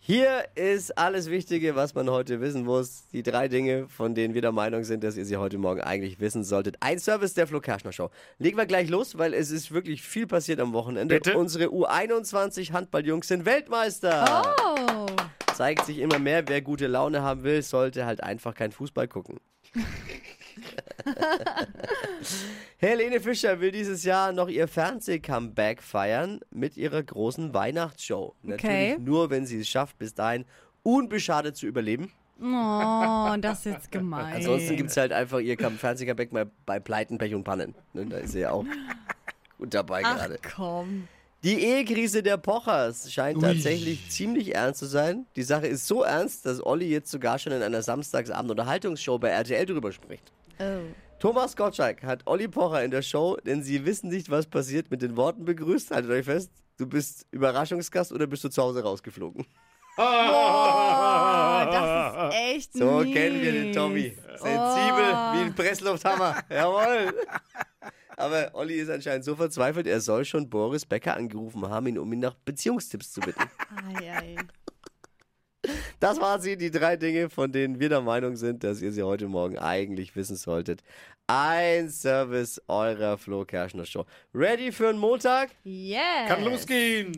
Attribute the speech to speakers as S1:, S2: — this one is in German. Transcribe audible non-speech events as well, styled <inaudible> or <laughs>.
S1: Hier ist alles Wichtige, was man heute wissen muss. Die drei Dinge, von denen wir der Meinung sind, dass ihr sie heute Morgen eigentlich wissen solltet. Ein Service der Flo Kerschner Show. Legen wir gleich los, weil es ist wirklich viel passiert am Wochenende.
S2: Bitte?
S1: Unsere U21 Handballjungs sind Weltmeister.
S3: Oh.
S1: Zeigt sich immer mehr, wer gute Laune haben will, sollte halt einfach kein Fußball
S3: <laughs>
S1: gucken. Helene Fischer will dieses Jahr noch ihr Fernseh-Comeback feiern mit ihrer großen Weihnachtsshow. Natürlich
S3: Okay.
S1: nur, wenn sie es schafft, bis dahin unbeschadet zu überleben.
S3: oh, das ist jetzt gemein.
S1: Ansonsten gibt es halt einfach ihr Come- Fernsehcomeback mal bei Pleiten, Pech und Pannen. Ne, da ist sie
S3: <laughs>
S1: ja auch gut dabei
S3: Ach
S1: gerade.
S3: komm.
S1: Die Ehekrise der Pochers scheint
S2: Ui.
S1: tatsächlich ziemlich ernst zu sein. Die Sache ist so ernst, dass Olli jetzt sogar schon in einer Samstagsabend-Unterhaltungsshow bei RTL drüber spricht.
S3: Oh.
S1: Thomas Gottschalk hat Olli Pocher in der Show, denn sie wissen nicht, was passiert, mit den Worten begrüßt. Haltet euch fest, du bist Überraschungsgast oder bist du zu Hause rausgeflogen?
S3: Oh, das ist echt
S1: So
S3: mies.
S1: kennen wir den Tommy. Sensibel wie ein Presslufthammer. Jawohl. Aber Olli ist anscheinend so verzweifelt, er soll schon Boris Becker angerufen haben, ihn, um ihn nach Beziehungstipps zu bitten.
S3: Ei, ei.
S1: Das waren sie, die drei Dinge, von denen wir der Meinung sind, dass ihr sie heute Morgen eigentlich wissen solltet. Ein Service eurer Flo Kerschner Show. Ready für einen Montag?
S3: Yes.
S2: Kann losgehen.